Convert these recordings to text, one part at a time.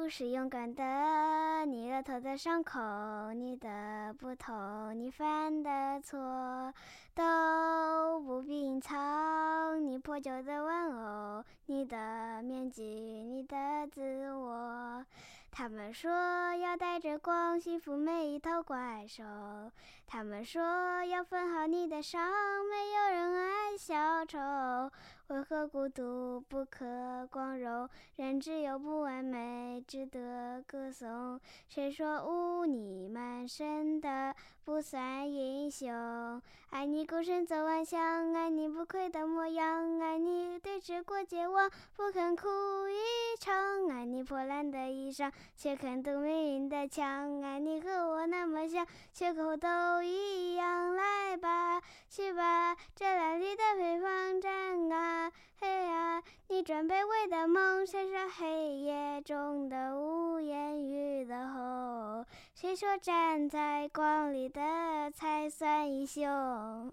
不是勇敢的，你额头的伤口，你的不同，你犯的错都不必隐藏。你破旧的玩偶，你的面具，你的自我。他们说要带着光驯服每一头怪兽，他们说要缝好你的伤，没有人爱小丑。为何孤独不可光荣？人只有不完美，值得歌颂。谁说污泥满身的不算英雄？爱你孤身走暗巷，爱你不愧的模样，爱你对峙过绝望，不肯哭一场。爱你破烂的衣裳，却肯堵命运的枪。爱你和我那么像，缺口都一样。来吧，去吧，这蓝绿的北方站啊，嘿啊！你准备为的梦，闪上黑夜中的无言与的吼。谁说站在光里的才算英雄？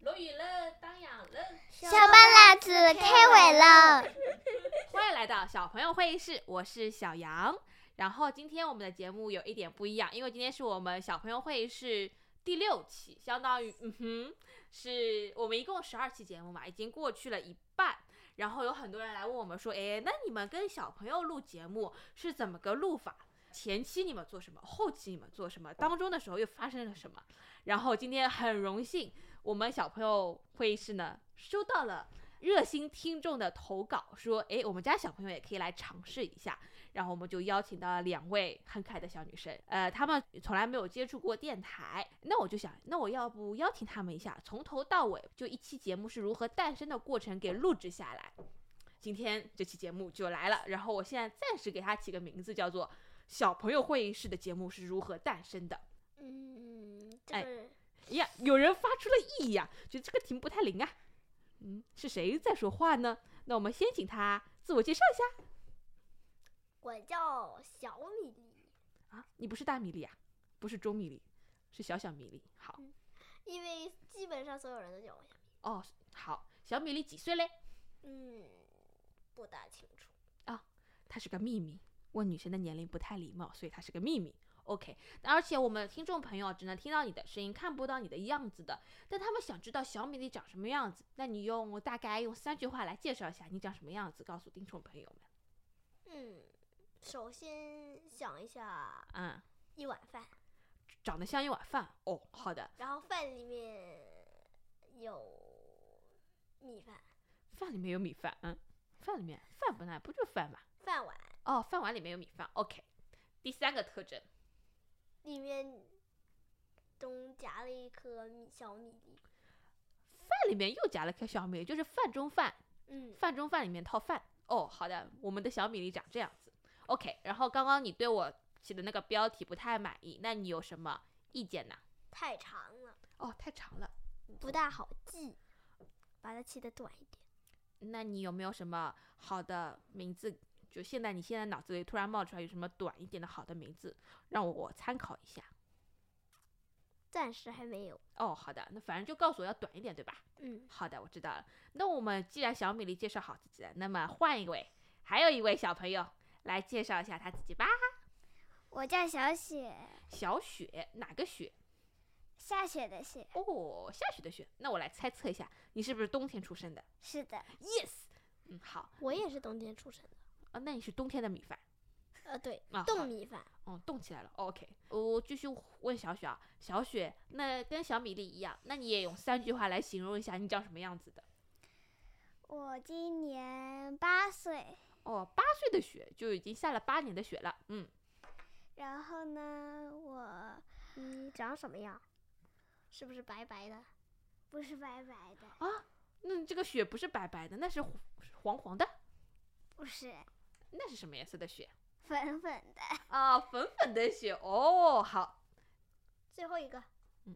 落雨了，当阳了，下班啦，子开尾了。 欢迎来到小朋友会议室，我是小杨。然后今天我们的节目有一点不一样，因为今天是我们小朋友会议室第六期，相当于嗯哼，是我们一共十二期节目嘛，已经过去了一半。然后有很多人来问我们说，诶，那你们跟小朋友录节目是怎么个录法？前期你们做什么？后期你们做什么？当中的时候又发生了什么？然后今天很荣幸，我们小朋友会议室呢收到了热心听众的投稿，说，诶，我们家小朋友也可以来尝试一下。然后我们就邀请到了两位很可爱的小女生，呃，她们从来没有接触过电台，那我就想，那我要不邀请她们一下，从头到尾就一期节目是如何诞生的过程给录制下来。今天这期节目就来了，然后我现在暂时给它起个名字，叫做《小朋友会议室的节目是如何诞生的嗯，哎呀》。有人发出了异议呀、觉得这个题目不太灵啊。嗯，是谁在说话呢？那我们先请他自我介绍一我叫小米粒，下啊。你不是大米粒啊，不是中米粒，是小小米粒。好，嗯因为基本上所有人都叫我小米。哦，好，小米粒几岁嘞？嗯，不大清楚。它哦是个秘密，问女生的年龄不太礼貌，所以它是个秘密。OK，那而且我们听众朋友只能听到你的声音，看不到你的样子的。但他们想知道小米粒长什么样子，那你用大概用三句话来介绍一下你长什么样子，告诉听众朋友们。嗯，首先想一下嗯，一碗饭，长得像一碗饭哦。好的，然后饭里面有米饭、饭里面有米饭，嗯，饭里面饭本来不就是饭嘛？饭碗，哦，饭碗里面有米饭。OK，第三个特征，里面中夹了一颗米小米粒。饭里面又夹了颗小米粒，就是饭中饭。嗯，饭中饭里面套饭。哦，好的，我们的小米粒长这样子。OK，然后刚刚你对我起的那个标题不太满意，那你有什么意见呢？太长了，哦，太长了。不大好记，把它切的短一点。那你有没有什么好的名字？就现在你现在脑子里突然冒出来有什么短一点的好的名字，让我参考一下。暂时还没有。哦，好的，那反正就告诉我要短一点，对吧？嗯，好的，我知道了。那我们既然小米粒介绍好自己了，那么换一位，还有一位小朋友来介绍一下他自己吧。我叫小雪，小雪，哪个雪？下雪的雪。哦，下雪的雪，那我来猜测一下，你是不是冬天出生的是的， ？Yes，嗯，好，我也是冬天出生的。啊，那你是冬天的米饭呃，对，啊？冻米饭。好，嗯，冻起来了。OK，我继续问小雪啊，小雪，那跟小米粒一样，那你也用三句话来形容一下你长什么样子的？我今年八岁，哦，八岁的雪就已经下了八年的雪了，嗯，然后呢，我你嗯长什么样？是不是白白的？不是白白的，那这个雪不是白白的，那是黄黄黄的，不是那是什么颜色的雪？粉粉的。啊，粉粉的雪。哦，好，最后一个，我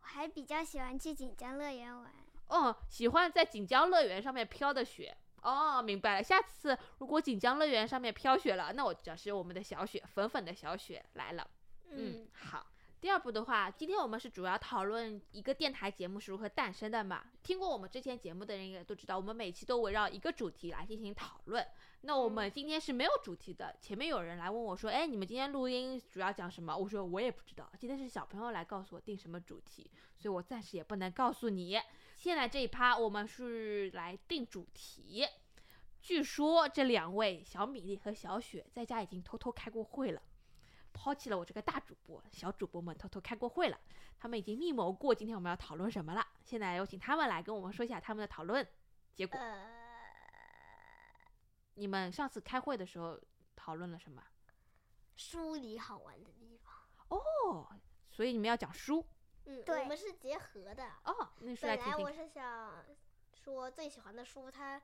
还比较喜欢去锦江乐园玩。哦，喜欢在锦江乐园上面飘的雪。哦，明白了。下次如果锦江乐园上面飘雪了，那我只是我们的小雪，粉粉的小雪来了。嗯，好，第二步的话，今天我们是主要讨论一个电台节目是如何诞生的嘛？听过我们之前节目的人应该都知道，我们每期都围绕一个主题来进行讨论。那我们今天是没有主题的。前面有人来问我说：“哎，你们今天录音主要讲什么？”我说：“我也不知道，今天是小朋友来告诉我定什么主题，所以我暂时也不能告诉你。”现在这一趴我们是来定主题。据说这两位小米粒和小雪在家已经偷偷开过会了。抛弃了我这个大主播，小主播们偷偷开过会了，他们已经密谋过今天我们要讨论什么了。现在有请他们来跟我们说一下他们的讨论结果。呃，你们上次开会的时候讨论了什么？梳理好玩的地方。哦，所以你们要讲书嗯，对我们是结合的。哦，那说来本听来我听。是想说最喜欢的书，他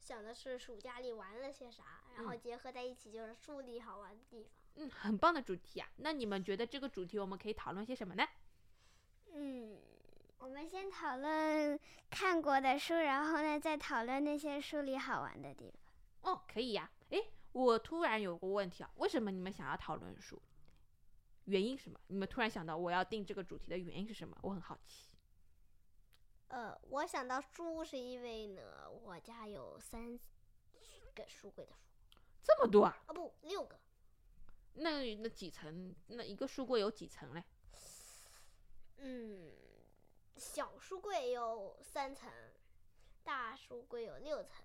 想的是暑假里玩了些啥，然后嗯结合在一起就是树立好玩的地方。嗯，很棒的主题啊。那你们觉得这个主题我们可以讨论些什么呢？嗯，我们先讨论看过的书，然后呢，再讨论那些书里好玩的地方。哦，可以呀、诶，我突然有个问题啊，为什么你们想要讨论书？原因是什么？你们突然想到我要定这个主题的原因是什么？我很好奇。呃，我想到书是因为呢，我家有三个书柜的书这么多啊！啊，不，六个，那那几层，那一个书柜有几层嘞？嗯，小书柜有三层，大书柜有六层，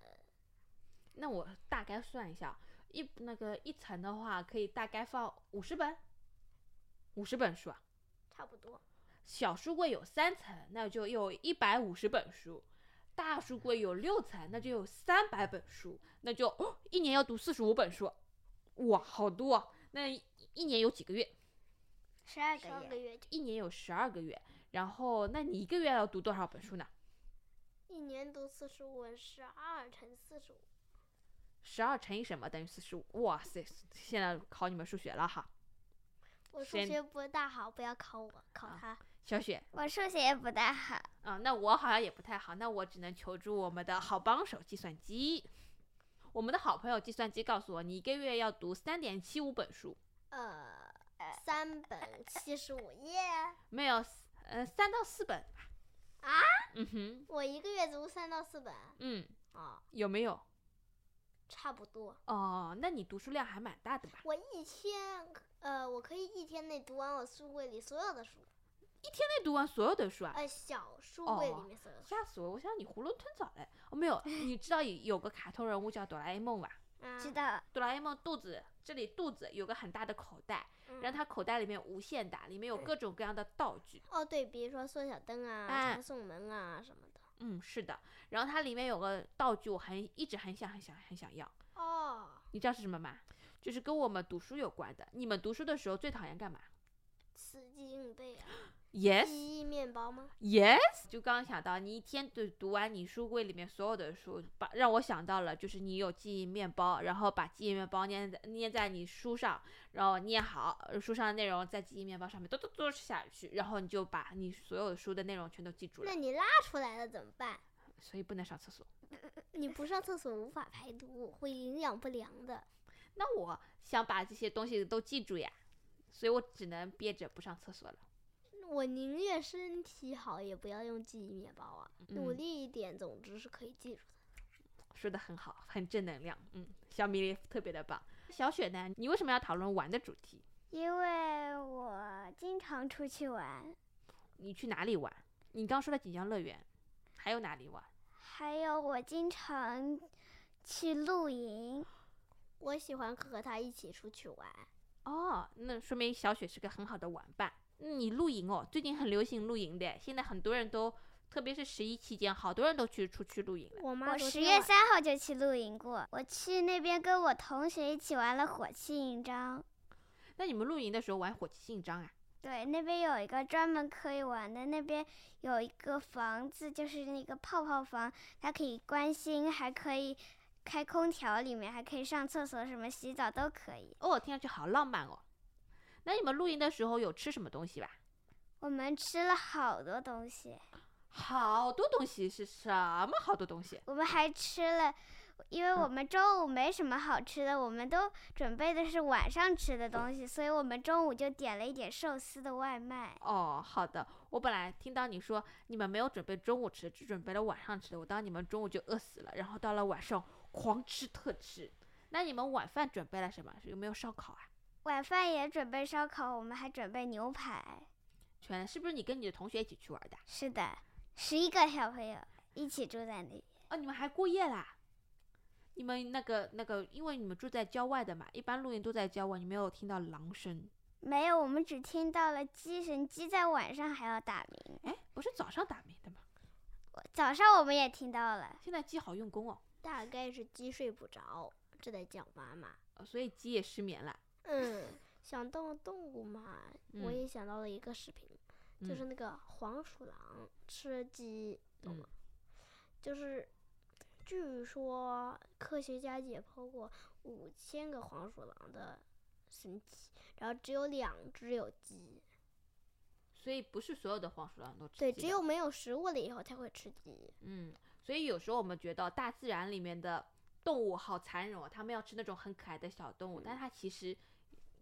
那我大概算一下，啊一那个一层的话，可以大概放五十本，五十本书啊。差不多。小书柜有三层，那就有一百五十本书；大书柜有六层，那就有三百本书，那就、哦一年要读四十五本书，哇，好多、啊！那一一年有几个月？十二上个个月，月就一年有十二个月，然后那你一个月要读多少本书呢？一年读四十五文，十二乘四十五，十二乘以什么等于四十五？哇塞，现在考你们数学了哈。我数先学不大好，不要考我，考啊他。小雪我数学也不大好。啊，那我好像也不太好，那我只能求助我们的好帮手计算机。我们的好朋友计算机告诉我，你一个月要读三点七五本书，呃，三本七十五页，没有，呃，三到四本啊？嗯哼，我一个月读三到四本嗯，啊，有没有？差不多。哦，那你读书量还蛮大的吧？我一天，呃，我可以一天内读完我书柜里所有的书，那读完所有的书啊？呃，小书柜里哦面所有的书。吓死我！我想你囫囵吞枣嘞。哦，没有，你知道有有个卡通人物叫哆啦 A 梦吧？啊知道哆啦 A 梦肚子这里肚子有个很大的口袋，嗯然后他口袋里面无限大，里面有各种各样的道具。哦，对，比如说缩小灯啊、哎传送门啊什么的。嗯，是的。然后它里面有个道具，我很一直很想很想很想要，哦，你知道是什么吗？就是跟我们读书有关的。你们读书的时候最讨厌干嘛死记硬背啊， ？Yes, 记忆面包吗？ yes。就刚刚想到，你一天读读完你书柜里面所有的书，把让我想到了，就是你有记忆面包，然后把记忆面包粘在粘在你书上，然后念好呃书上的内容，在记忆面包上面嘟嘟嘟下去，然后你就把你所有的书的内容全都记住了那。你拉出来了怎么办？所以不能上厕所。你不上厕所无法排毒，会营养不良的。那我想把这些东西都记住呀，所以我只能憋着不上厕所了。我宁愿身体好，也不要用记忆面包啊。努嗯、力一点，总之是可以记住的。说的很好，很正能量。嗯，小米粒特别的棒。小雪呢？你为什么要讨论玩的主题？因为我经常出去玩，你去哪里玩？你刚说的锦江乐园，还有哪里玩？还有我经常去露营。我喜欢和他一起出去玩，哦，那说明小雪是个很好的玩伴。你露营哦，最近很流行露营的，现在很多人都，特别是十一期间，好多人都去出去露营了。我妈我昨十天月晚三号就去露营过，我去那边跟我同学一起玩了火气印章。那你们露营的时候玩火气印章啊？对，那边有一个专门可以玩的，那边有一个房子，就是那个泡泡房，它可以关心，还可以开空调，里面还可以上厕所，什么洗澡都可以。哦，听上去好浪漫哦。那你们露营的时候有吃什么东西吧？我们吃了好多东西，好多东西是什么？好多东西我们还吃了，因为我们中午没什么好吃的，我们都准备的是晚上吃的东西，所以我们中午就点了一点寿司的外卖。哦，好的。我本来听到你说你们没有准备中午吃，只准备了晚上吃的，我当你们中午就饿死了，然后到了晚上狂吃特吃。那你们晚饭准备了什么？有没有烧烤啊？晚饭也准备烧烤，我们还准备牛排。全是不是你跟你的同学一起去玩的？是的，十一个小朋友一起住在那里。哦，你们还过夜啦？你们那个那个，因为你们住在郊外的嘛，一般露营都在郊外，你没有听到狼声？没有，我们只听到了鸡声，鸡在晚上还要打鸣。哎，不是早上打鸣的吗？我早上我们也听到了，现在鸡好用功哦，大概是鸡睡不着，这在讲妈妈。呃所以鸡也失眠了。嗯， 想到了动物嘛，我嗯也想到了一个视频，就嗯是那个黄鼠狼吃鸡，懂嗯吗？就是据说科学家解剖过五千个黄鼠狼的身体，然后只有两只有鸡，所以不是所有的黄鼠狼都吃鸡对，的。只有没有食物了以后才会吃鸡。嗯，所以有时候我们觉得大自然里面的动物好残忍哦，它们要吃那种很可爱的小动物，嗯但它其实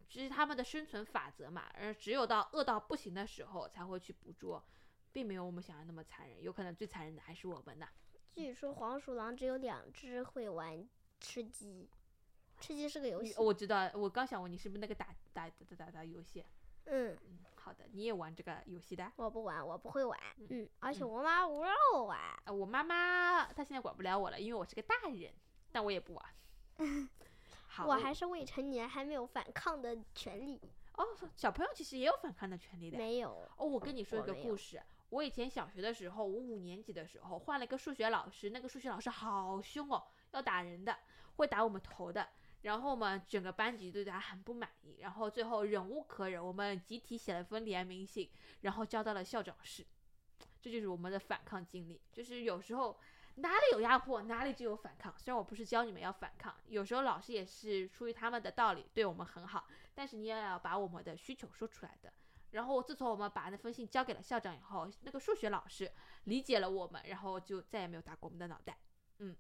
只是它们的生存法则嘛，而只有到饿到不行的时候才会去捕捉，并没有我们想的那么残忍，有可能最残忍的还是我们呢。据说黄鼠狼只有两只会玩吃鸡，吃鸡是个游你戏哦。我知道，我刚想问你是不是那个打打打打打游戏？嗯，嗯，好的，你也玩这个游戏的？我不玩，我不会玩。嗯，而且嗯我妈不让我玩。啊，我妈妈她现在管不了我了，因为我是个大人，但我也不玩。 好，我还是未成年，还没有反抗的权利。哦，小朋友其实也有反抗的权利的呀。没有，哦，我跟你说一我个没故有事。我以前小学的时候，我五年级的时候换了一个数学老师，那个数学老师好凶哦，要打人的，会打我们头的。然后我们整个班级对他很不满意，然后最后忍无可忍，我们集体写了封联名信，然后交到了校长室。这就是我们的反抗经历，就是有时候哪里有压迫，哪里就有反抗。虽然我不是教你们要反抗，有时候老师也是出于他们的道理对我们很好，但是你也要把我们的需求说出来的。然后自从我们把那封信交给了校长以后，那个数学老师理解了我们，然后就再也没有打过我们的脑袋。嗯，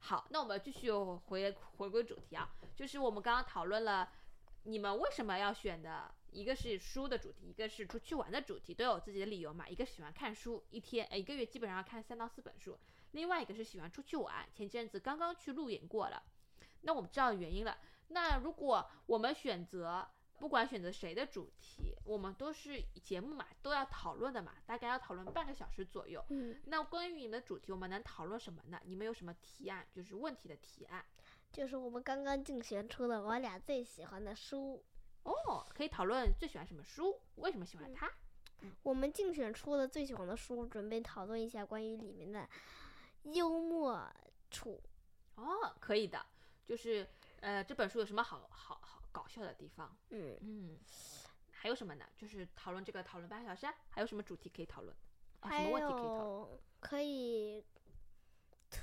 好，那我们继续回回归主题啊，就是我们刚刚讨论了你们为什么要选的，一个是书的主题，一个是出去玩的主题，都有自己的理由嘛。一个喜欢看书，一天呃一个月基本上要看三到四本书；另外一个是喜欢出去玩，前阵子刚刚去露营过了。那我们知道原因了。那如果我们选择不管选择谁的主题，我们都是节目嘛，都要讨论的嘛，大概要讨论半个小时左右。嗯，那关于你们的主题，我们能讨论什么呢？你们有什么提案？就是问题的提案就是我们刚刚竞选出的我俩最喜欢的书，哦，可以讨论最喜欢什么书，为什么喜欢它？我们竞选出了最喜欢的书，准备讨论一下关于里面的幽默处。哦，可以的，就是呃，这本书有什么好好好搞笑的地方？嗯，嗯，还有什么呢？就是讨论这个讨论半个小时啊，还有什么主题可以讨论？啊、什还么问题可以讨论？有可以吐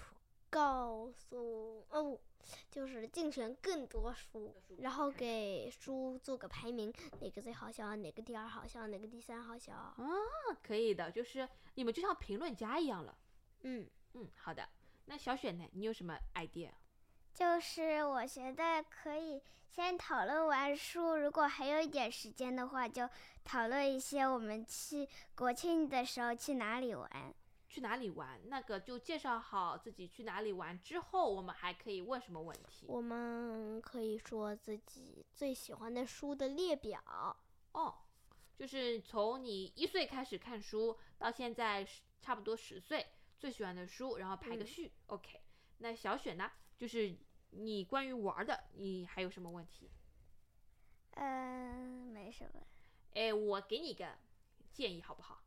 告诉哦不，就是竞选更多书，然后给书做个排名，哪个最好笑，哪个第二好笑，哪个第三好笑。啊可以的，就是你们就像评论家一样了。嗯，嗯，好的。那小雪呢？你有什么 idea？就是我觉得可以先讨论完书，如果还有一点时间的话，就讨论一些我们去国庆的时候去哪里玩。去哪里玩？那个就介绍好自己去哪里玩之后，我们还可以问什么问题？我们可以说自己最喜欢的书的列表。哦，就是从你一岁开始看书到现在十差不多十岁，最喜欢的书，然后排个嗯序。OK，那小雪呢？就是你关于玩儿的，你还有什么问题？嗯，没什么。哎，我给你一个建议好不好？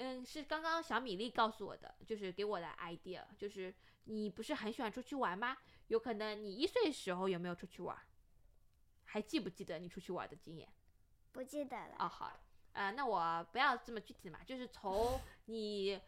嗯，是刚刚小米粒告诉我的，就是给我的 idea，就是你不是很喜欢出去玩吗？有可能你一岁时候有没有出去玩儿？还记不记得你出去玩儿的经验？不记得了。哦，好，呃，那我不要这么具体嘛，就是从你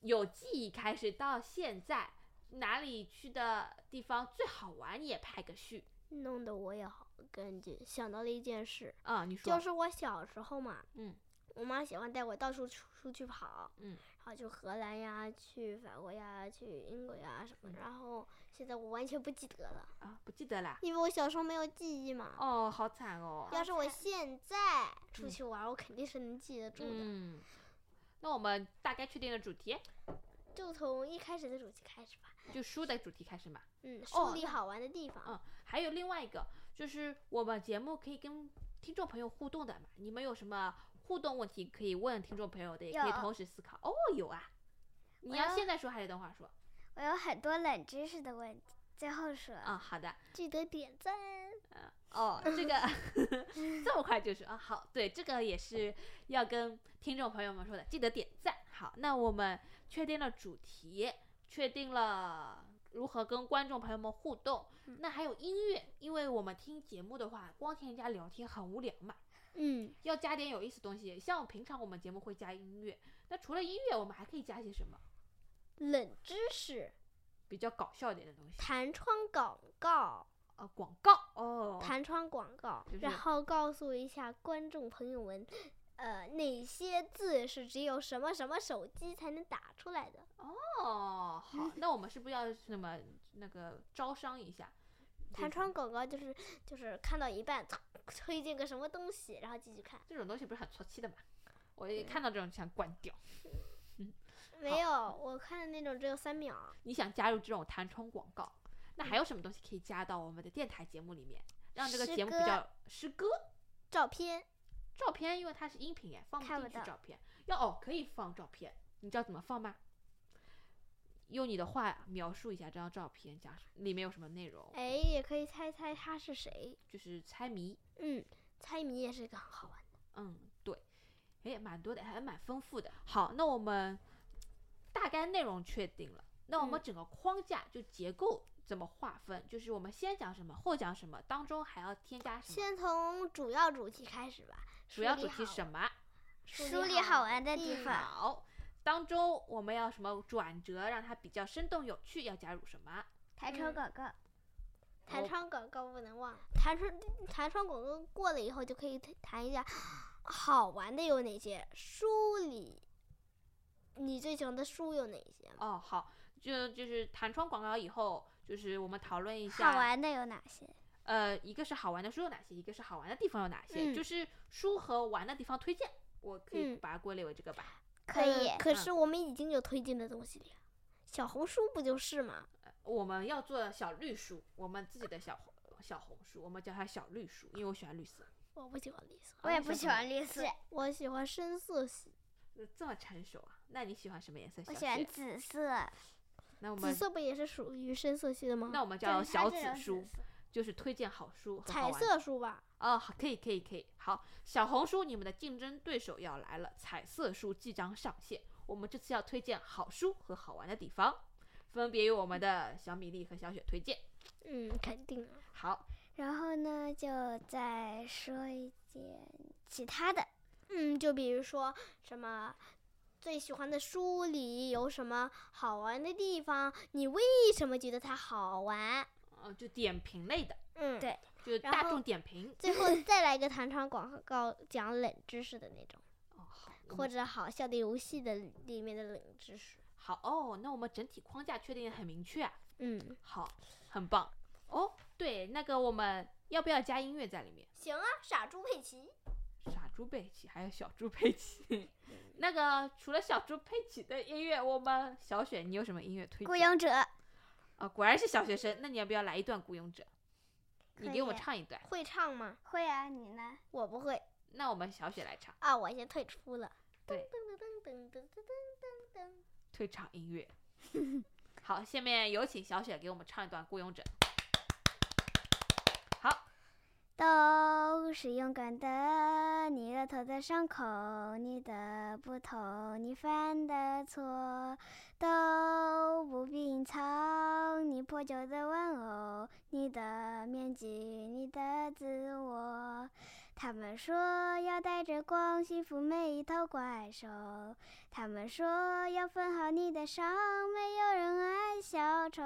有记忆开始到现在，哪里去的地方最好玩，你也排个序。弄得我也好跟着想到了一件事，啊、你说，就是我小时候嘛，嗯，我妈喜欢带我到处出出去跑，嗯，然后就荷兰呀，去法国呀，去英国呀什么嗯的。然后现在我完全不记得了，啊，不记得啦。因为我小时候没有记忆嘛。哦，好惨哦。要是我现在出嗯去玩儿，我肯定是能记得住的。嗯，那我们大概确定了主题，就从一开始的主题开始吧。就书的主题开始嘛。嗯，哦树立好玩的地方。嗯，还有另外一个，就是我们节目可以跟听众朋友互动的嘛，你们有什么互动问题可以问听众朋友的，也可以有同时思考。哦，有啊，你我要要现在说还是等会儿说？我有很多冷知识的问题，最后说。啊、好的。记得点赞。哦，这个 这么快就是啊，好，对，这个也是要跟听众朋友们说的，记得点赞。好，那我们确定了主题，确定了如何跟观众朋友们互动。那还有音乐，因为我们听节目的话，光听人家聊天很无聊嘛，嗯，要加点有意思的东西。像平常我们节目会加音乐，那除了音乐，我们还可以加些什么冷知识：比较搞笑点的东西？弹窗广告，呃，广告哦，弹窗广告，就是然后告诉一下观众朋友们。呃，哪些字是只有什么什么手机才能打出来的？哦，好，那我们是不是要什么那个招商一下？弹窗广告就是就是看到一半，推荐个什么东西，然后继续看。这种东西不是很戳气的嘛？我一看到这种想关掉。没有，我看的那种只有三秒。你想加入这种弹窗广告，嗯那还有什么东西可以加到我们的电台节目里面，让这个诗节目比歌较诗歌？照片照片因为它是音频哎，放看进不去到照片。要哦，可以放照片，你知道怎么放吗？用你的话描述一下这张照片，讲什里面有什么内容，哎，也可以猜猜他是谁。就是猜谜。嗯，猜谜也是一个很好玩的。嗯，对，哎，蛮多的，还蛮丰富的。好，那我们大概内容确定了，那我们嗯整个框架就结构怎么划分？就是我们先讲什么，后讲什么，当中还要添加什么？先从主要主题开始吧。主要主是题什么？梳理好玩的嗯地方，好，当中我们要什么转折，让它比较生动有趣？要加入什么？嗯弹窗广告，弹我窗广告不能忘，弹窗弹窗广告过了以后就可以谈一下好玩的有哪些，书里你最喜欢的书有哪些？哦，好，就就是弹窗广告以后，就是我们讨论一下好啊玩的有哪些？呃，一个是好玩的书有哪些，一个是好玩的地方有哪些，嗯就是书和玩的地方推荐，我可以嗯把它归类为这个吧。可以呃，可嗯是我们已经有推荐的东西了呀，小红书不就是吗？我们要做小绿书，我们自己的小红小红书，我们叫它小绿书，因为我喜欢绿色。我不喜欢绿色，我哦也不喜欢绿是色，我喜欢深色系，呃这么成熟啊？那你喜欢什么颜色？我小喜欢雪紫色。那我紫们色不也是属于深色系的吗那？我们叫小紫书，就是推荐好书和好彩玩色书吧，哦，好可以可以可以。好，小红书你们的竞争对手要来了，彩色书即将上线。我们这次要推荐好书和好玩的地方，分别由我们的小米粒和小雪推荐。嗯，肯定啊。好，然后呢，就再说一点其他的。嗯，就比如说什么最喜欢的书里有什么好玩的地方，你为什么觉得它好玩？呃，就点评类的，嗯，对就是然大后众点评。最 后再来一个弹窗广告，讲冷知识的那种，哦，好，我或们者好笑的游戏的里面的冷知识。好哦，那我们整体框架确定得很明确、啊，嗯，好，很棒。哦，对，那个我们要不要加音乐在里面？行啊，傻猪佩奇。傻猪佩奇，还有小猪佩奇。 那个除了小猪佩奇的音乐，我们小雪，你有什么音乐推荐？雇佣者，啊，果然是小学生。那你要不要来一段《孤勇者》？你可给我们以唱一段，会唱吗？会啊，你呢？我不会那我们小雪来唱，啊，我先退出了。对噔噔噔噔噔噔噔噔。退场音 乐。好，下面有请小雪给我们唱一段《孤勇者》。好，都是勇敢的，你额头的伤口，你的不同，你犯的错都不必隐藏，你破旧的玩偶，你的面具，你的自我。他们说要带着光驯服每一头怪兽，他们说要缝好你的伤，没有人爱小丑，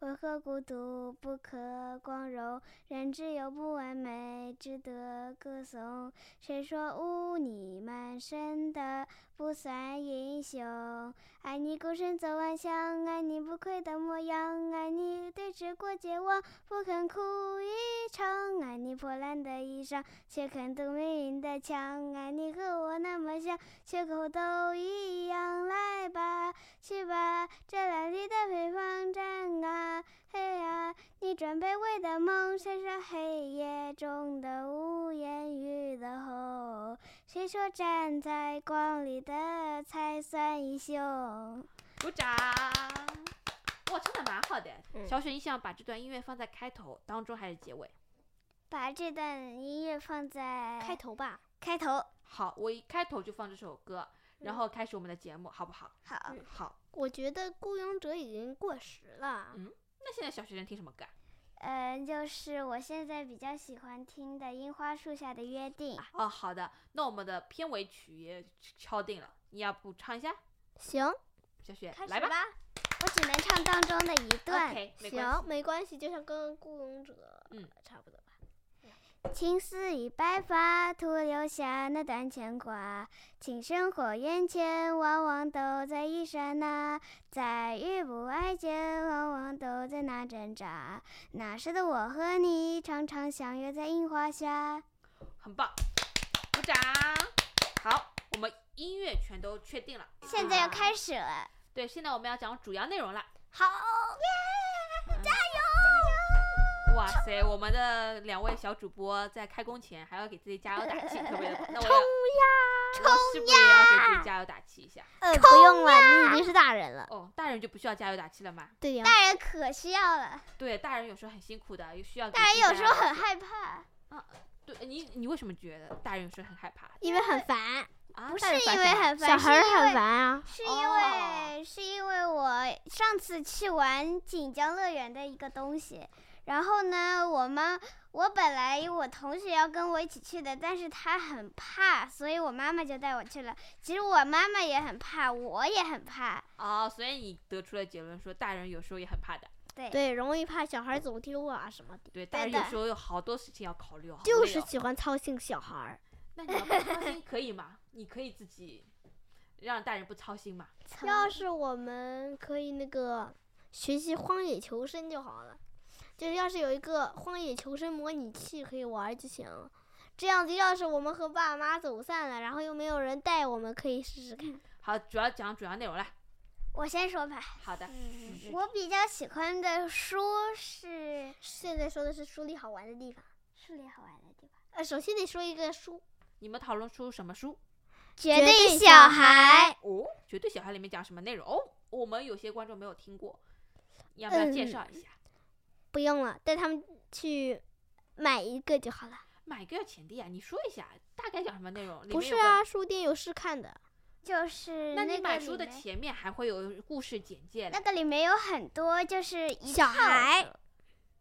为何孤独不可光荣？人只有不完美，值得歌颂。谁说污泥满身的不算英雄？爱你孤身走暗巷，爱你不愧的模样，爱你对峙过绝望，不肯哭一场，爱你破烂的衣裳，却肯堵命运的枪，爱你和我那么像，缺口都一样。来吧，去吧，这蓝绿的北方站啊，嘿啊，你准备为的梦，闪上黑夜中的无言与的吼。谁说站在光里的才算英雄？鼓掌！哇，真的蛮好的。嗯小雪，你想把这段音乐放在开头、当中还是结尾？把这段音乐放在开头吧。开头，好，我一开头就放这首歌，嗯然后开始我们的节目，好不好？好，嗯好。我觉得《孤勇者》已经过时了。嗯那现在小学生听什么歌啊？嗯，就是我现在比较喜欢听的《樱花树下的约定》。哦，好的，那我们的片尾曲也敲定了，你要不唱一下？行，小雪开，始来吧。吧。我只能唱当中的一段。 OK，没关系。行，没关系，就像跟《孤勇者》嗯呃差不多吧。青丝已白发，徒留下那段牵挂。情深火焰间，往往都在一刹那；在遇不爱间，往往都在那挣扎。那时的我和你，常常相约在樱花下。很棒，鼓掌。好，我们音乐全都确定了，现在要开始了，对，现在我们要讲主要内容了。好，哇塞，我们的两位小主播在开工前还要给自己加油打气，特 别的，那我要，我是不是也要给自己加油打气一下？哎呃，不用了，你已经是大人了。哦，大人就不需要加油打气了吗？对呀、大人啊可需要了，对，大人有时候很辛苦的，又需要给大自人己有加时候油很害怕，对你，你为什么觉得大人有时候很害怕因为很烦，啊？不是大人因烦为什么很烦，小孩是因儿为很烦啊。是哦因为、是因为我上次去玩锦江乐园的一个东西，然后呢，我妈我本来我同学要跟我一起去的，但是她很怕，所以我妈妈就带我去了。其实我妈妈也很怕，我也很怕，哦，所以你得出了结论说大人有时候也很怕的。对，对，容易怕小孩走丢啊什么的，对，大人的有时候有好多事情要考虑，好就累是哦喜欢操心小孩儿。那你要不操心可以吗？你可以自己让大人不操心嘛？操要是我们可以那个学习《荒野求生》就好了，就是要是有一个《荒野求生》模拟器可以玩儿就行了。这样子，要是我们和爸妈走散了，然后又没有人带我们，可以试试看。好，主要讲主要内容了。我先说吧，好的，嗯我比较喜欢的书是现在说的是书里好玩的地方。书里好玩的地方，呃，首先得说一个书，你们讨论出什么书？绝对对小小孩，哦，绝对小孩里面讲什么内容？哦，我们有些观众没有听过，你要不嗯要介绍一下？不用了，带他们去买一个就好了。买个要钱的呀，你说一下大概讲什么内容？里不面是有个，啊，书店有试看的。就是那你嗯个买书里的面前面还会有故事简介那的，呃个里面有很多，就是一小套孩的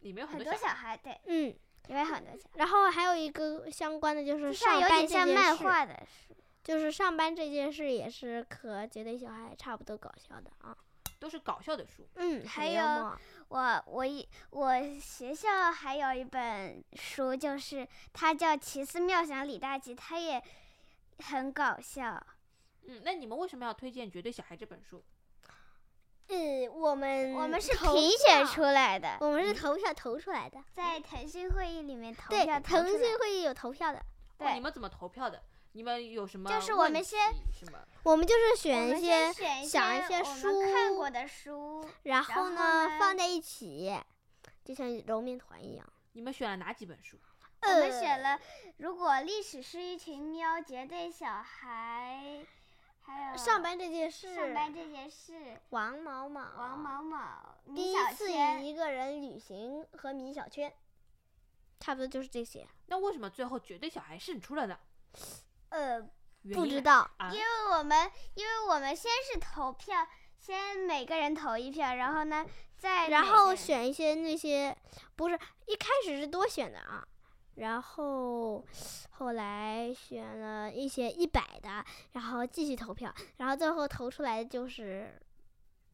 里面有很多多小孩。孩，对，嗯，里面很多小孩，然后还有一个相关的就是就像有上班点这像件漫事画的书，就是上班这件事也是和绝对小孩差不多搞笑的啊。都是搞笑的书，嗯，还很幽有默我我一我学校还有一本书，就是它叫《奇思妙想李大吉》，它也很搞笑。嗯，那你们为什么要推荐《绝对小孩》这本书？嗯，我们我们是投评选票出，来的，我们是投票投出来的。在腾讯会议里面投对票，，投腾出来讯会议有投票的，哦，你对，们怎么投票的？你们有什么就是我问们先题什么？我们就是我选们一些先，选想一些我们看书过的书，然然后后呢呢放在一起，就像揉面团一样。你们选了哪几本书？我们选了，如果历史是一群喵，绝对小孩，还有上班这件事，嗯上班这件事，王毛毛，王某某、第米一小次圈，一个人旅行和米小圈，差不多就是这些。那为什么最后绝对小孩胜出了呢？呃，原不因知呢道，啊因，为我们因为我们先是投票，先每个人投一票，然后呢，再然每个后人选一些那些不是一开始是多选的啊，然后后来选了一些一百的，然后继续投票，然后最后投出来的就是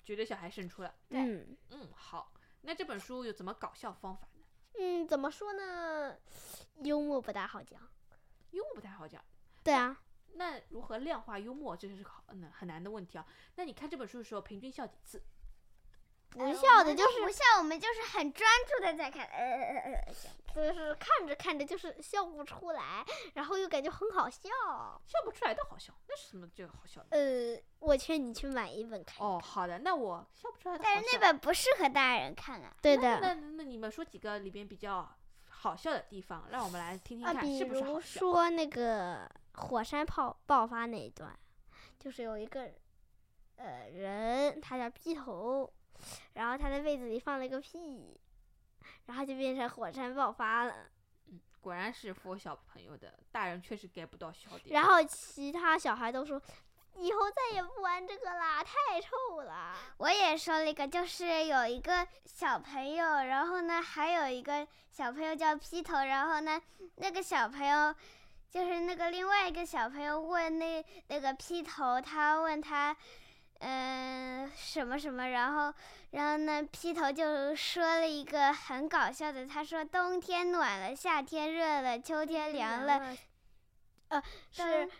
绝对小孩胜出了。嗯嗯，好，那这本书有怎么搞笑方法呢？嗯，怎么说呢？幽默不大好讲。幽默不太好讲。对啊，那如何量化幽默，这是个好嗯很难的问题啊。那你看这本书的时候，平均笑几次？不笑的就不是笑，呃我们就是很专注的在看，呃呃呃呃，就是看着看着就是笑不出来，然后又感觉很好笑。笑不出来的好笑，那是什么就好笑的？呃，我劝你去买一本看。哦，好的，那我笑不出来的好但笑。是那本不适合大人看啊。对那那的那你们说几个里边比较好笑的地方，让我们来听听啊，看比是不是如好笑。说那个火山炮爆发那一段，就是有一个呃人，他叫劈头，然后他在被子里放了个屁，然后就变成火山爆发了。嗯，果然是佛小朋友的，大人确实 get 不到笑点。然后其他小孩都说，以后再也不玩这个啦，太臭了。我也说了一个，就是有一个小朋友，然后呢，还有一个小朋友叫披头，然后呢，那个小朋友就是那个另外一个小朋友问那那个披头，他问他，嗯、什么什么，然后然后呢，披头就说了一个很搞笑的，他说冬天暖了，夏天热了，秋天凉了，，呃，是冬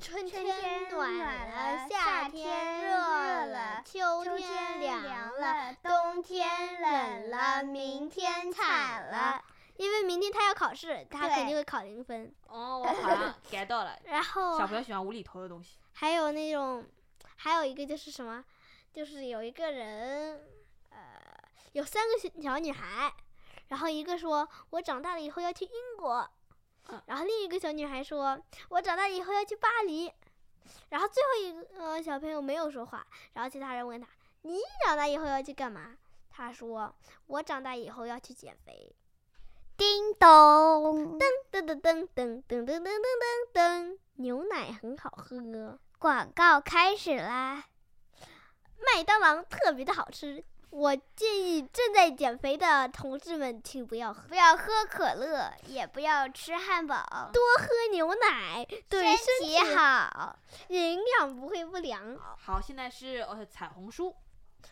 春春天天暖暖了，了夏夏天天热热了了，秋秋天天凉凉了。了，冬天冷了，明天惨了。因为明天他要考试，他肯对定会考零分。哦，我好像 get 到 了，然后小朋友喜欢无厘头的东西。还有那种，还有一个就是什么，就是有一个人，呃，有三个小小女孩，然后一个说我长大了以后要去英国嗯，然后另一个小女孩说我长大以后要去巴黎，然后最后一个、呃小朋友没有说话，然后其他人问他你长大以后要去干嘛？他说我长大以后要去减肥。叮咚，噔噔噔噔噔噔噔噔噔噔，牛奶很好喝。广告开始啦！麦当劳特别的好吃。我建议正在减肥的同志们，请不要喝不要喝可乐，也不要吃汉堡，多喝牛奶，对身身体好。营养不会不良。好，现在是呃彩虹书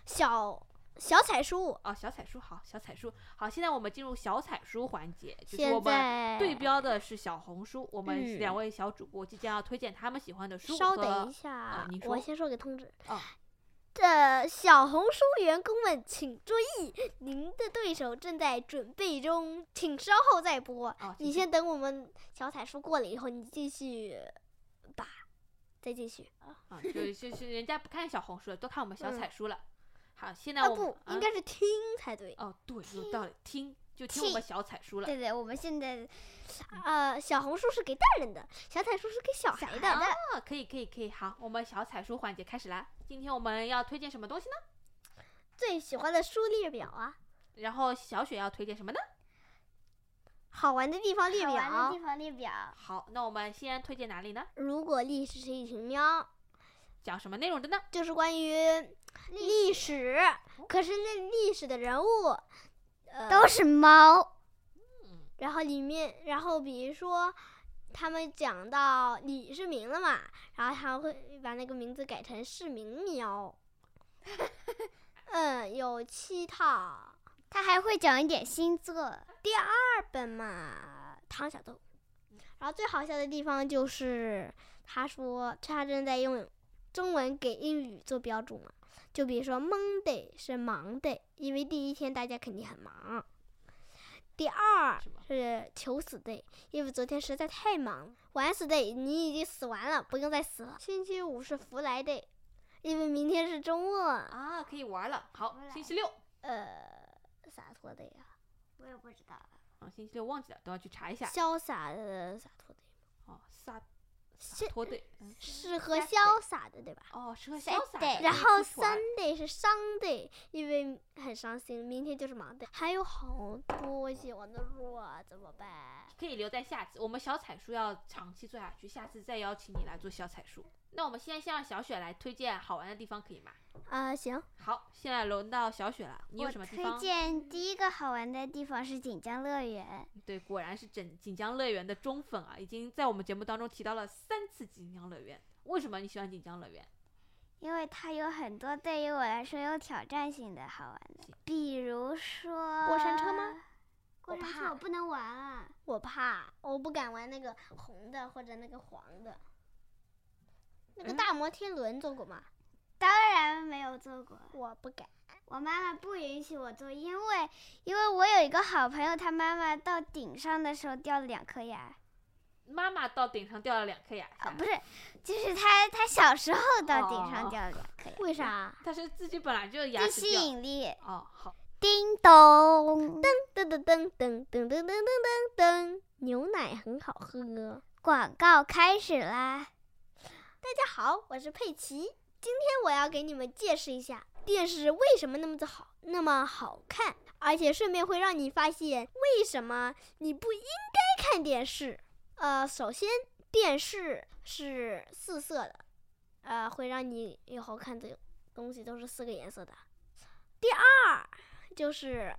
小小彩书，哦，小彩书好，小彩书好。现在我们进入小彩书环节，就是我现们在对标的是小红书，我们嗯两位小主播即将要推荐他们喜欢的书稍等和啊一下你，我说先说给通知哦。这小红书员工们，请注意，您的对手正在准备中，请稍后再播。哦，你先等我们小彩书过了以后，你继续吧，再继续。 啊，就就是人家不看小红书了，都看我们小嗯彩书了。好，现在啊我们不，应该是听才对。哦，对，有道理，听就听我们小彩书了。对对，我们现在呃，小红书是给大人的，小彩书是给小孩的。啊，可以可以可以，好，我们小彩书环节开始啦。今天我们要推荐什么东西呢？最喜欢的书列表啊，然后小雪要推荐什么呢？好玩的地方列好玩的表地。方列表，好，那我们先推荐哪里呢？如果历史是一群喵，讲什么内容的呢？就是关于历史，可是那历史的人物，呃，都是猫。嗯，然后里面，然后比如说。他们讲到李世民了嘛，然后他会把那个名字改成世民 喵。嗯，有七套，它还会讲一点星座，日本嘛，唐小豆。然后最好笑的地方就是，他说他正在用中文给英语做标注嘛，就比如说 Monday 是忙 day，因为第一天大家肯定很忙。第二什么是求死 day，因为昨天实在太忙了。晚死 day，你已经死完了，不用再死了。星期五是福来 day，因为明天是周末。啊，可以玩了。好我，来星期六，呃，洒脱 day 啊，我也不知道。啊，星期六忘记了，等我去查一下。潇洒的洒脱 day，哦，撒是洒脱队，嗯，是和 Saturday 潇洒的对吧？哦，适合潇洒的。 Saturday 然后三 Sunday 是 Sunday，因为很伤心，明天就是忙 day。还有好多写完的路啊，怎么办？可以留在下次，我们小彩书要长期做下去，下次再邀请你来做小彩书。那我们现在先让小雪来推荐好玩的地方，可以吗？啊、行，好，现在轮到小雪了，你有我什么地推方？荐第一个好玩的地方是锦江乐园。对，果然是整锦江乐园的忠粉啊，已经在我们节目当中提到了三次锦江乐园。为什么你喜欢锦江乐园？因为它有很多对于我来说有挑战性的好玩的，比如说过山车吗？呃过我山车怕我不能玩啊，我怕，我不敢玩那个红的或者那个黄的。那个嗯大摩天轮坐过吗？当然没有做过。我不敢。我妈妈不允许我做，因为因为我有一个好朋友，他妈妈到顶上的时候掉了两颗牙，妈妈到顶上掉了两颗牙啊、下不是，就是他他小时候到顶上哦掉了两颗牙，为啥？啊但是自己本来就有牙地齿吸掉。引力，哦，好，叮咚，噔噔噔噔噔噔噔噔噔噔，牛奶很好喝。大广告开始啦！家好，我是佩奇。今天我要给你们解释一下电视为什么那么的好，那么好看，而且顺便会让你发现为什么你不应该看电视。呃，首先电视是四色的，呃，会让你以后看的东西都是四个颜色的。第二就是，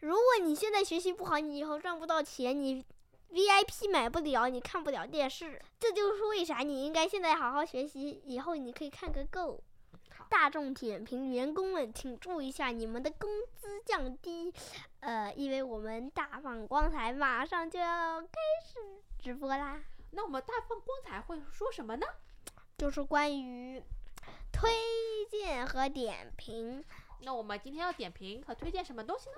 如果你现在学习不好，你以后赚不到钱，你 VIP 买不了，你看不了电视，这就是为啥你应该现在好好学习，以后你可以看个够好。大众点评员工们，请注意一下你们的工资降低，呃，因为我们大放光彩马上就要开始直播啦，那我们大放光彩会说什么呢？就是关于推荐和点评，那我们今天要点评和推荐什么东西呢？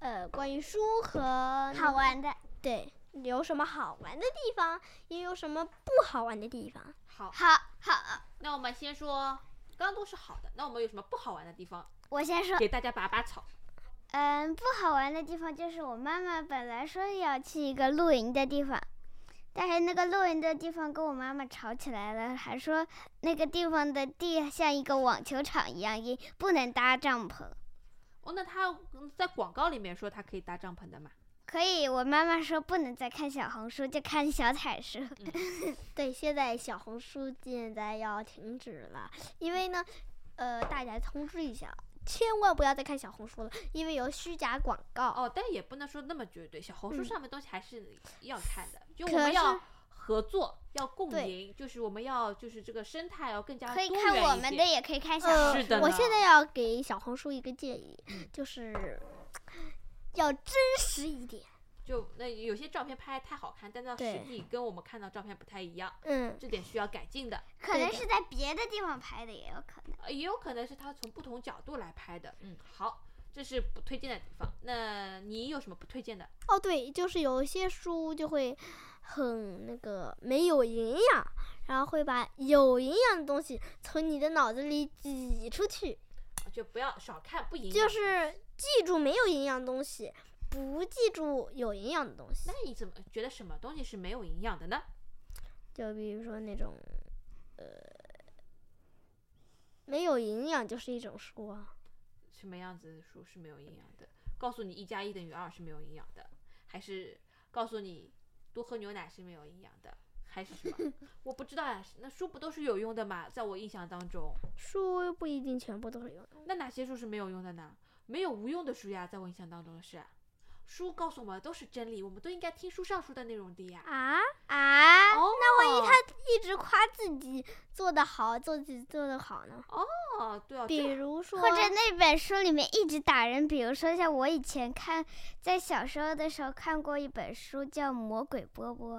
呃，关于书和好玩的，对，有什么好玩的地方，也有什么不好玩的地方。好，好好，那我们先说，刚刚都是好的，那我们有什么不好玩的地方？我先说，给大家拔拔草。嗯，不好玩的地方就是我妈妈本来说要去一个露营的地方，但是那个露营的地方跟我妈妈吵起来了，还说那个地方的地像一个网球场一样阴，不能搭帐篷。哦，那他嗯在广告里面说他可以搭帐篷的嘛？可以，我妈妈说不能再看小红书，就看小彩书。对，现在小红书现在要停止了，因为呢，呃，大家通知一下，千万不要再看小红书了，因为有虚假广告。哦，但也不能说那么绝对，小红书嗯上面东西还是要看的，就我可们要是合作，要共对赢，就是我们要就是这个生态要更加可以多看元我一们些的，也可以看小呃红是书。的我呢嗯现在要给小红书一个建议，就是要真实一点。就那有些照片拍得太好看，但到实对地跟我们看到照片不太一样，嗯，这点需要改进的。可对能的是在别的地方拍的，也有可能。呃，也有可能是他从不同角度来拍的。嗯，好，这是不推荐的地方。那你有什么不推荐的？哦对，就是有一些书就会很那个没有营养，然后会把有营养的东西从你的脑子里挤出去。就不要少看不营养。就是记住没有营养的东西，不记住有营养的东西那。你怎么觉得什么东西是没有营养的呢？就比如说那种，呃，没有营养就是一种书啊。什么样子的书是没有营养的？告诉你一加一等于二是没有营养的，还是告诉你多喝牛奶是没有营养的，还是什么？ 我不知道啊。那书不都是有用的嘛？在我印象当中，书又不一定全部都是有用的。那哪些书是没有用的呢？没有无用的书呀，在我印象当中是。啊书告诉我们的都是真理，我们都应该听书上说的内容的呀。啊，啊，哦，那万一他一直夸自己做得好，做自己做得好呢？哦，对哦，这比如说，或者那本书里面一直打人，比如说像我以前看，在小时候的时候看过一本书叫《魔鬼波波》，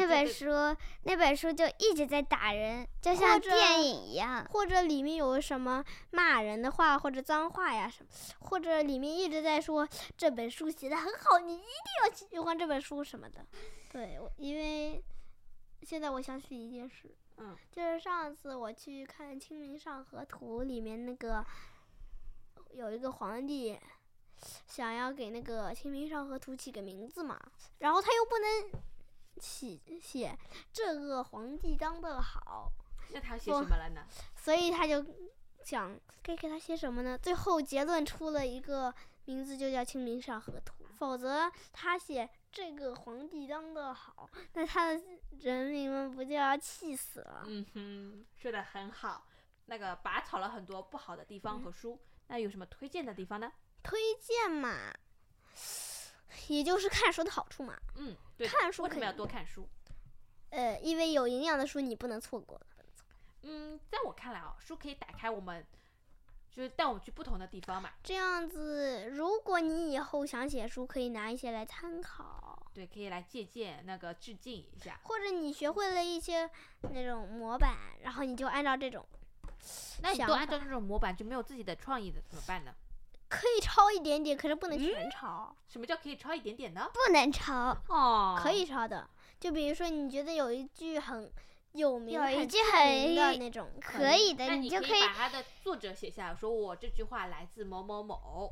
那觉本得书那本书就一直在打人，就像或者电影一样。或者里面有什么骂人的话或者脏话呀什么，或者里面一直在说这本书写的很好，你一定要喜欢这本书什么的。对，我因为现在我想起一件事，嗯，就是上次我去看《清明上河图》里面那个有一个皇帝。想要给那个《清明上河图》起个名字嘛，然后他又不能起写这个皇帝当的好，那他写我什么了呢？所以他就想该给他写什么呢？最后结论出了一个名字，就叫《清明上河图》。否则他写这个皇帝当的好，那他的人民们不就要气死了？嗯哼，说的很好。那个拔草了很多不好的地嗯方和书，那有什么推荐的地方呢？推荐嘛，也就是看书的好处嘛。嗯，对的，看书为什可么要以多看书？呃，因为有营养的书你不能错过。嗯，在我看来哦，书可以打开我们，就是带我们去不同的地方嘛。这样子，如果你以后想写书，可以拿一些来参考，对，可以来借鉴那个致敬一下。或者你学会了一些那种模板，然后你就按照这种，那你想都按法照这种模板就没有自己的创意的怎么办呢？可以抄一点点，可是不能嗯全抄，什么叫可以抄一点点呢？不能抄。哦，可以抄的。就比如说，你觉得有一句很有名、有一很句出名的很那种，可以的，那你就可可以以把它的作者写下来，说我这句话来自某某某。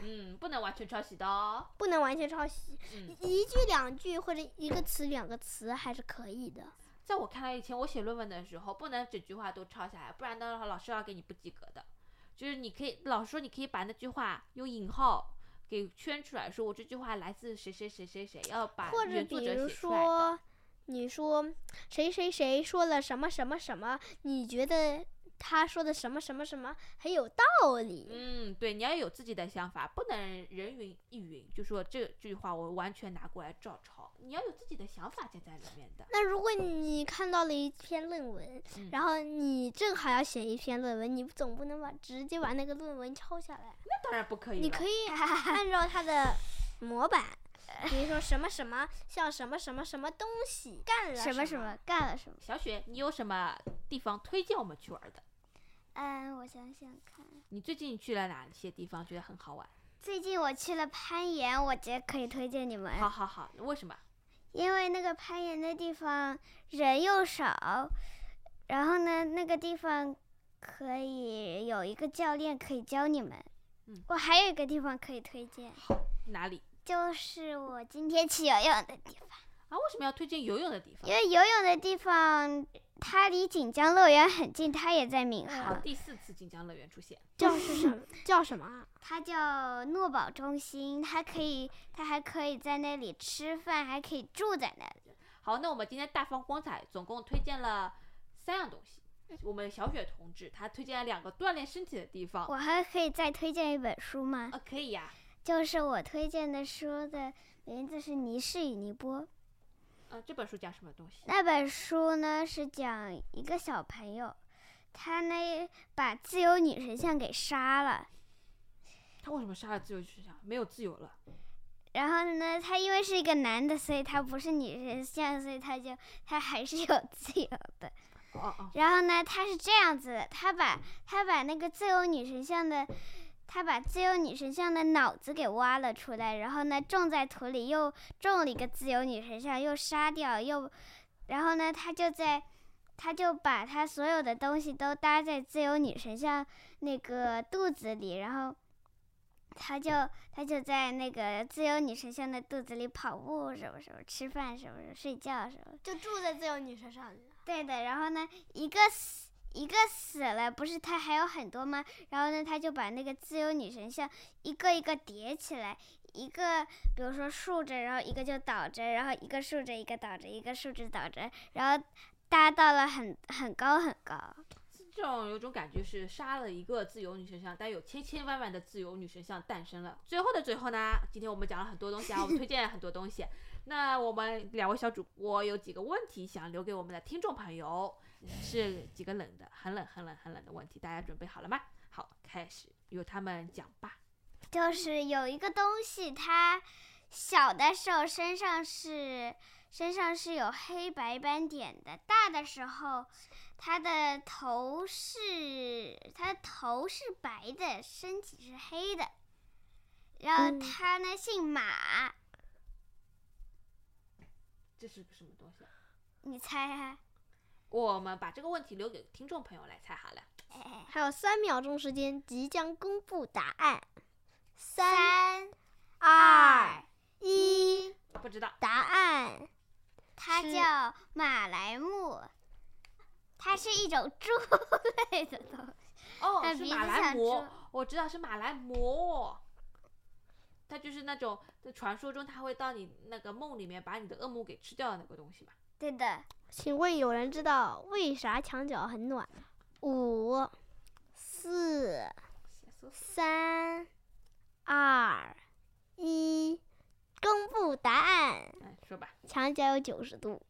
嗯，不能完全抄袭的哦。不能完全抄袭，嗯，一句两句或者一个词两个词还是可以的。在我看来，以前我写论文的时候，不能整句话都抄下来，不然的话老师要给你不及格的。就是你可以，老师说你可以把那句话用引号给圈出来，说我这句话来自谁谁谁谁谁，要把或者原啊作比者如写出来的。说，你说谁谁谁说了什么什么什么，你觉得他说的什么什么什么很有道理？嗯，对，你要有自己的想法，不能人云亦云，就说这句话我完全拿过来照抄，你要有自己的想法加在里面的。那如果你看到了一篇论文，嗯然后你正好要写一篇论文，你总不能把直接把那个论文抄下来，那当然不可以了。你可以按照它的模板，比如说什么什么像什么什么什么东西干了什么什么干了什么。小雪，你有什么地方推荐我们去玩的？嗯，我想想看，你最近去了哪些地方觉得很好玩？最近我去了攀岩，我觉得可以推荐你们，好好好，为什么？因为那个攀岩的地方人又少，然后呢，那个地方可以有一个教练可以教你们。嗯我还有一个地方可以推荐，哪里？就是我今天去游泳的地方，啊，为什么要推荐游泳的地方因？为游泳的地方它离锦江乐园很近，它也在闵好，行，第四次锦江乐园出现，叫是什么叫什么啊？它叫诺宝中心，它可以，它还可以在那里吃饭，还可以住在那里。好，那我们今天大放光彩，总共推荐了三样东西。嗯我们小雪同志她推荐了两个锻炼身体的地方。我还可以再推荐一本书吗？啊，可以呀、就是我推荐的书的名字是《尼氏与尼波》。呃，这本书讲什么东西？那本书呢是讲一个小朋友，他呢把自由女神像给杀了，他为什么杀了自由之想？没有自由了。然后呢他因为是一个男的，所以他不是女神像，所以他就他还是有自由的。哦哦，然后呢，他是这样子的，他把他把那个自由女神像的，他把自由女神像的脑子给挖了出来，然后呢种在土里，又种了一个自由女神像，又杀掉，又，然后呢他就在，他就把他所有的东西都搭在自由女神像那个肚子里，然后。他就他就在那个自由女神像的肚子里跑步，什么什么吃饭，什么什么睡觉，什么就住在自由女神上。对的，然后呢，一个死一个死了，不是他还有很多吗？然后呢，他就把那个自由女神像一个一个叠起来，一个比如说竖着，然后一个就倒着，然后一个竖着，一个倒着，一个竖着倒着，然后搭到了很很高很高。这种有种感觉是杀了一个自由女神像，但有千千万万的自由女神像诞生了。最后的最后呢，今天我们讲了很多东西啊，我们推荐了很多东西。那我们两位小主播有几个问题想留给我们的听众朋友，是几个冷的，很冷很冷很冷的问题，大家准备好了吗？好，开始由他们讲吧。就是有一个东西，它小的时候身上是身上是有黑白斑点的，大的时候它的头是它的头是白的，身体是黑的。然后嗯它呢姓马，这是个什么东西啊？你猜、啊？我们把这个问题留给听众朋友来猜好了。还有三秒钟时间，即将公布答案。三、三，二、一，不知道。答案它是叫马来木，它是一种猪 类的东西。哦，但是鼻马子来像貘猪，我知道是马来貘，它就是那种在传说中它会到你那个梦里面把你的恶魔给吃掉的那个东西嘛。对的，请问有人知道为啥墙角很暖？五、四、三、二、一，公布答案。哎，说吧，墙角有九十度，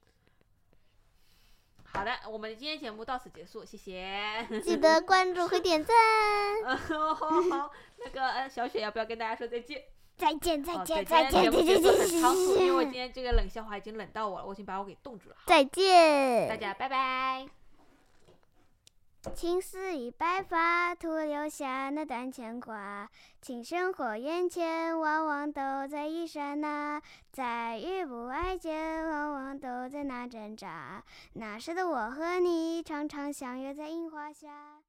好的，我们今天节目到此结束，谢谢。 记得关注和点赞。好，那个呃小雪要不要跟大家说再见？再见，再哦，见，对，再今天节见，再见，目结束再很仓促，因为我今见，天这个冷笑话已经冷到我了，我已经把我给冻住了。好，再见，大家拜拜。青丝已白发，徒留下那段牵挂。情深火焰间，往往都在一刹那；在遇不爱间，往往都在那挣扎。那时的我和你，常常相约在樱花下。